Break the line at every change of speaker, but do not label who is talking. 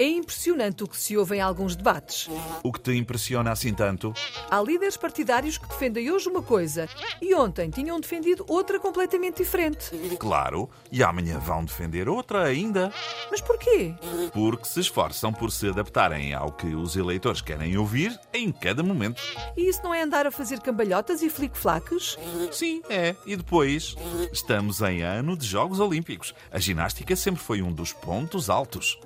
É impressionante o que se ouve em alguns debates.
O que te impressiona assim tanto?
Há líderes partidários que defendem hoje uma coisa e ontem tinham defendido outra completamente diferente.
Claro, e amanhã vão defender outra ainda.
Mas porquê?
Porque se esforçam por se adaptarem ao que os eleitores querem ouvir em cada momento.
E isso não é andar a fazer cambalhotas e flic-flaques?
Sim, é. E depois, estamos em ano de Jogos Olímpicos. A ginástica sempre foi um dos pontos altos.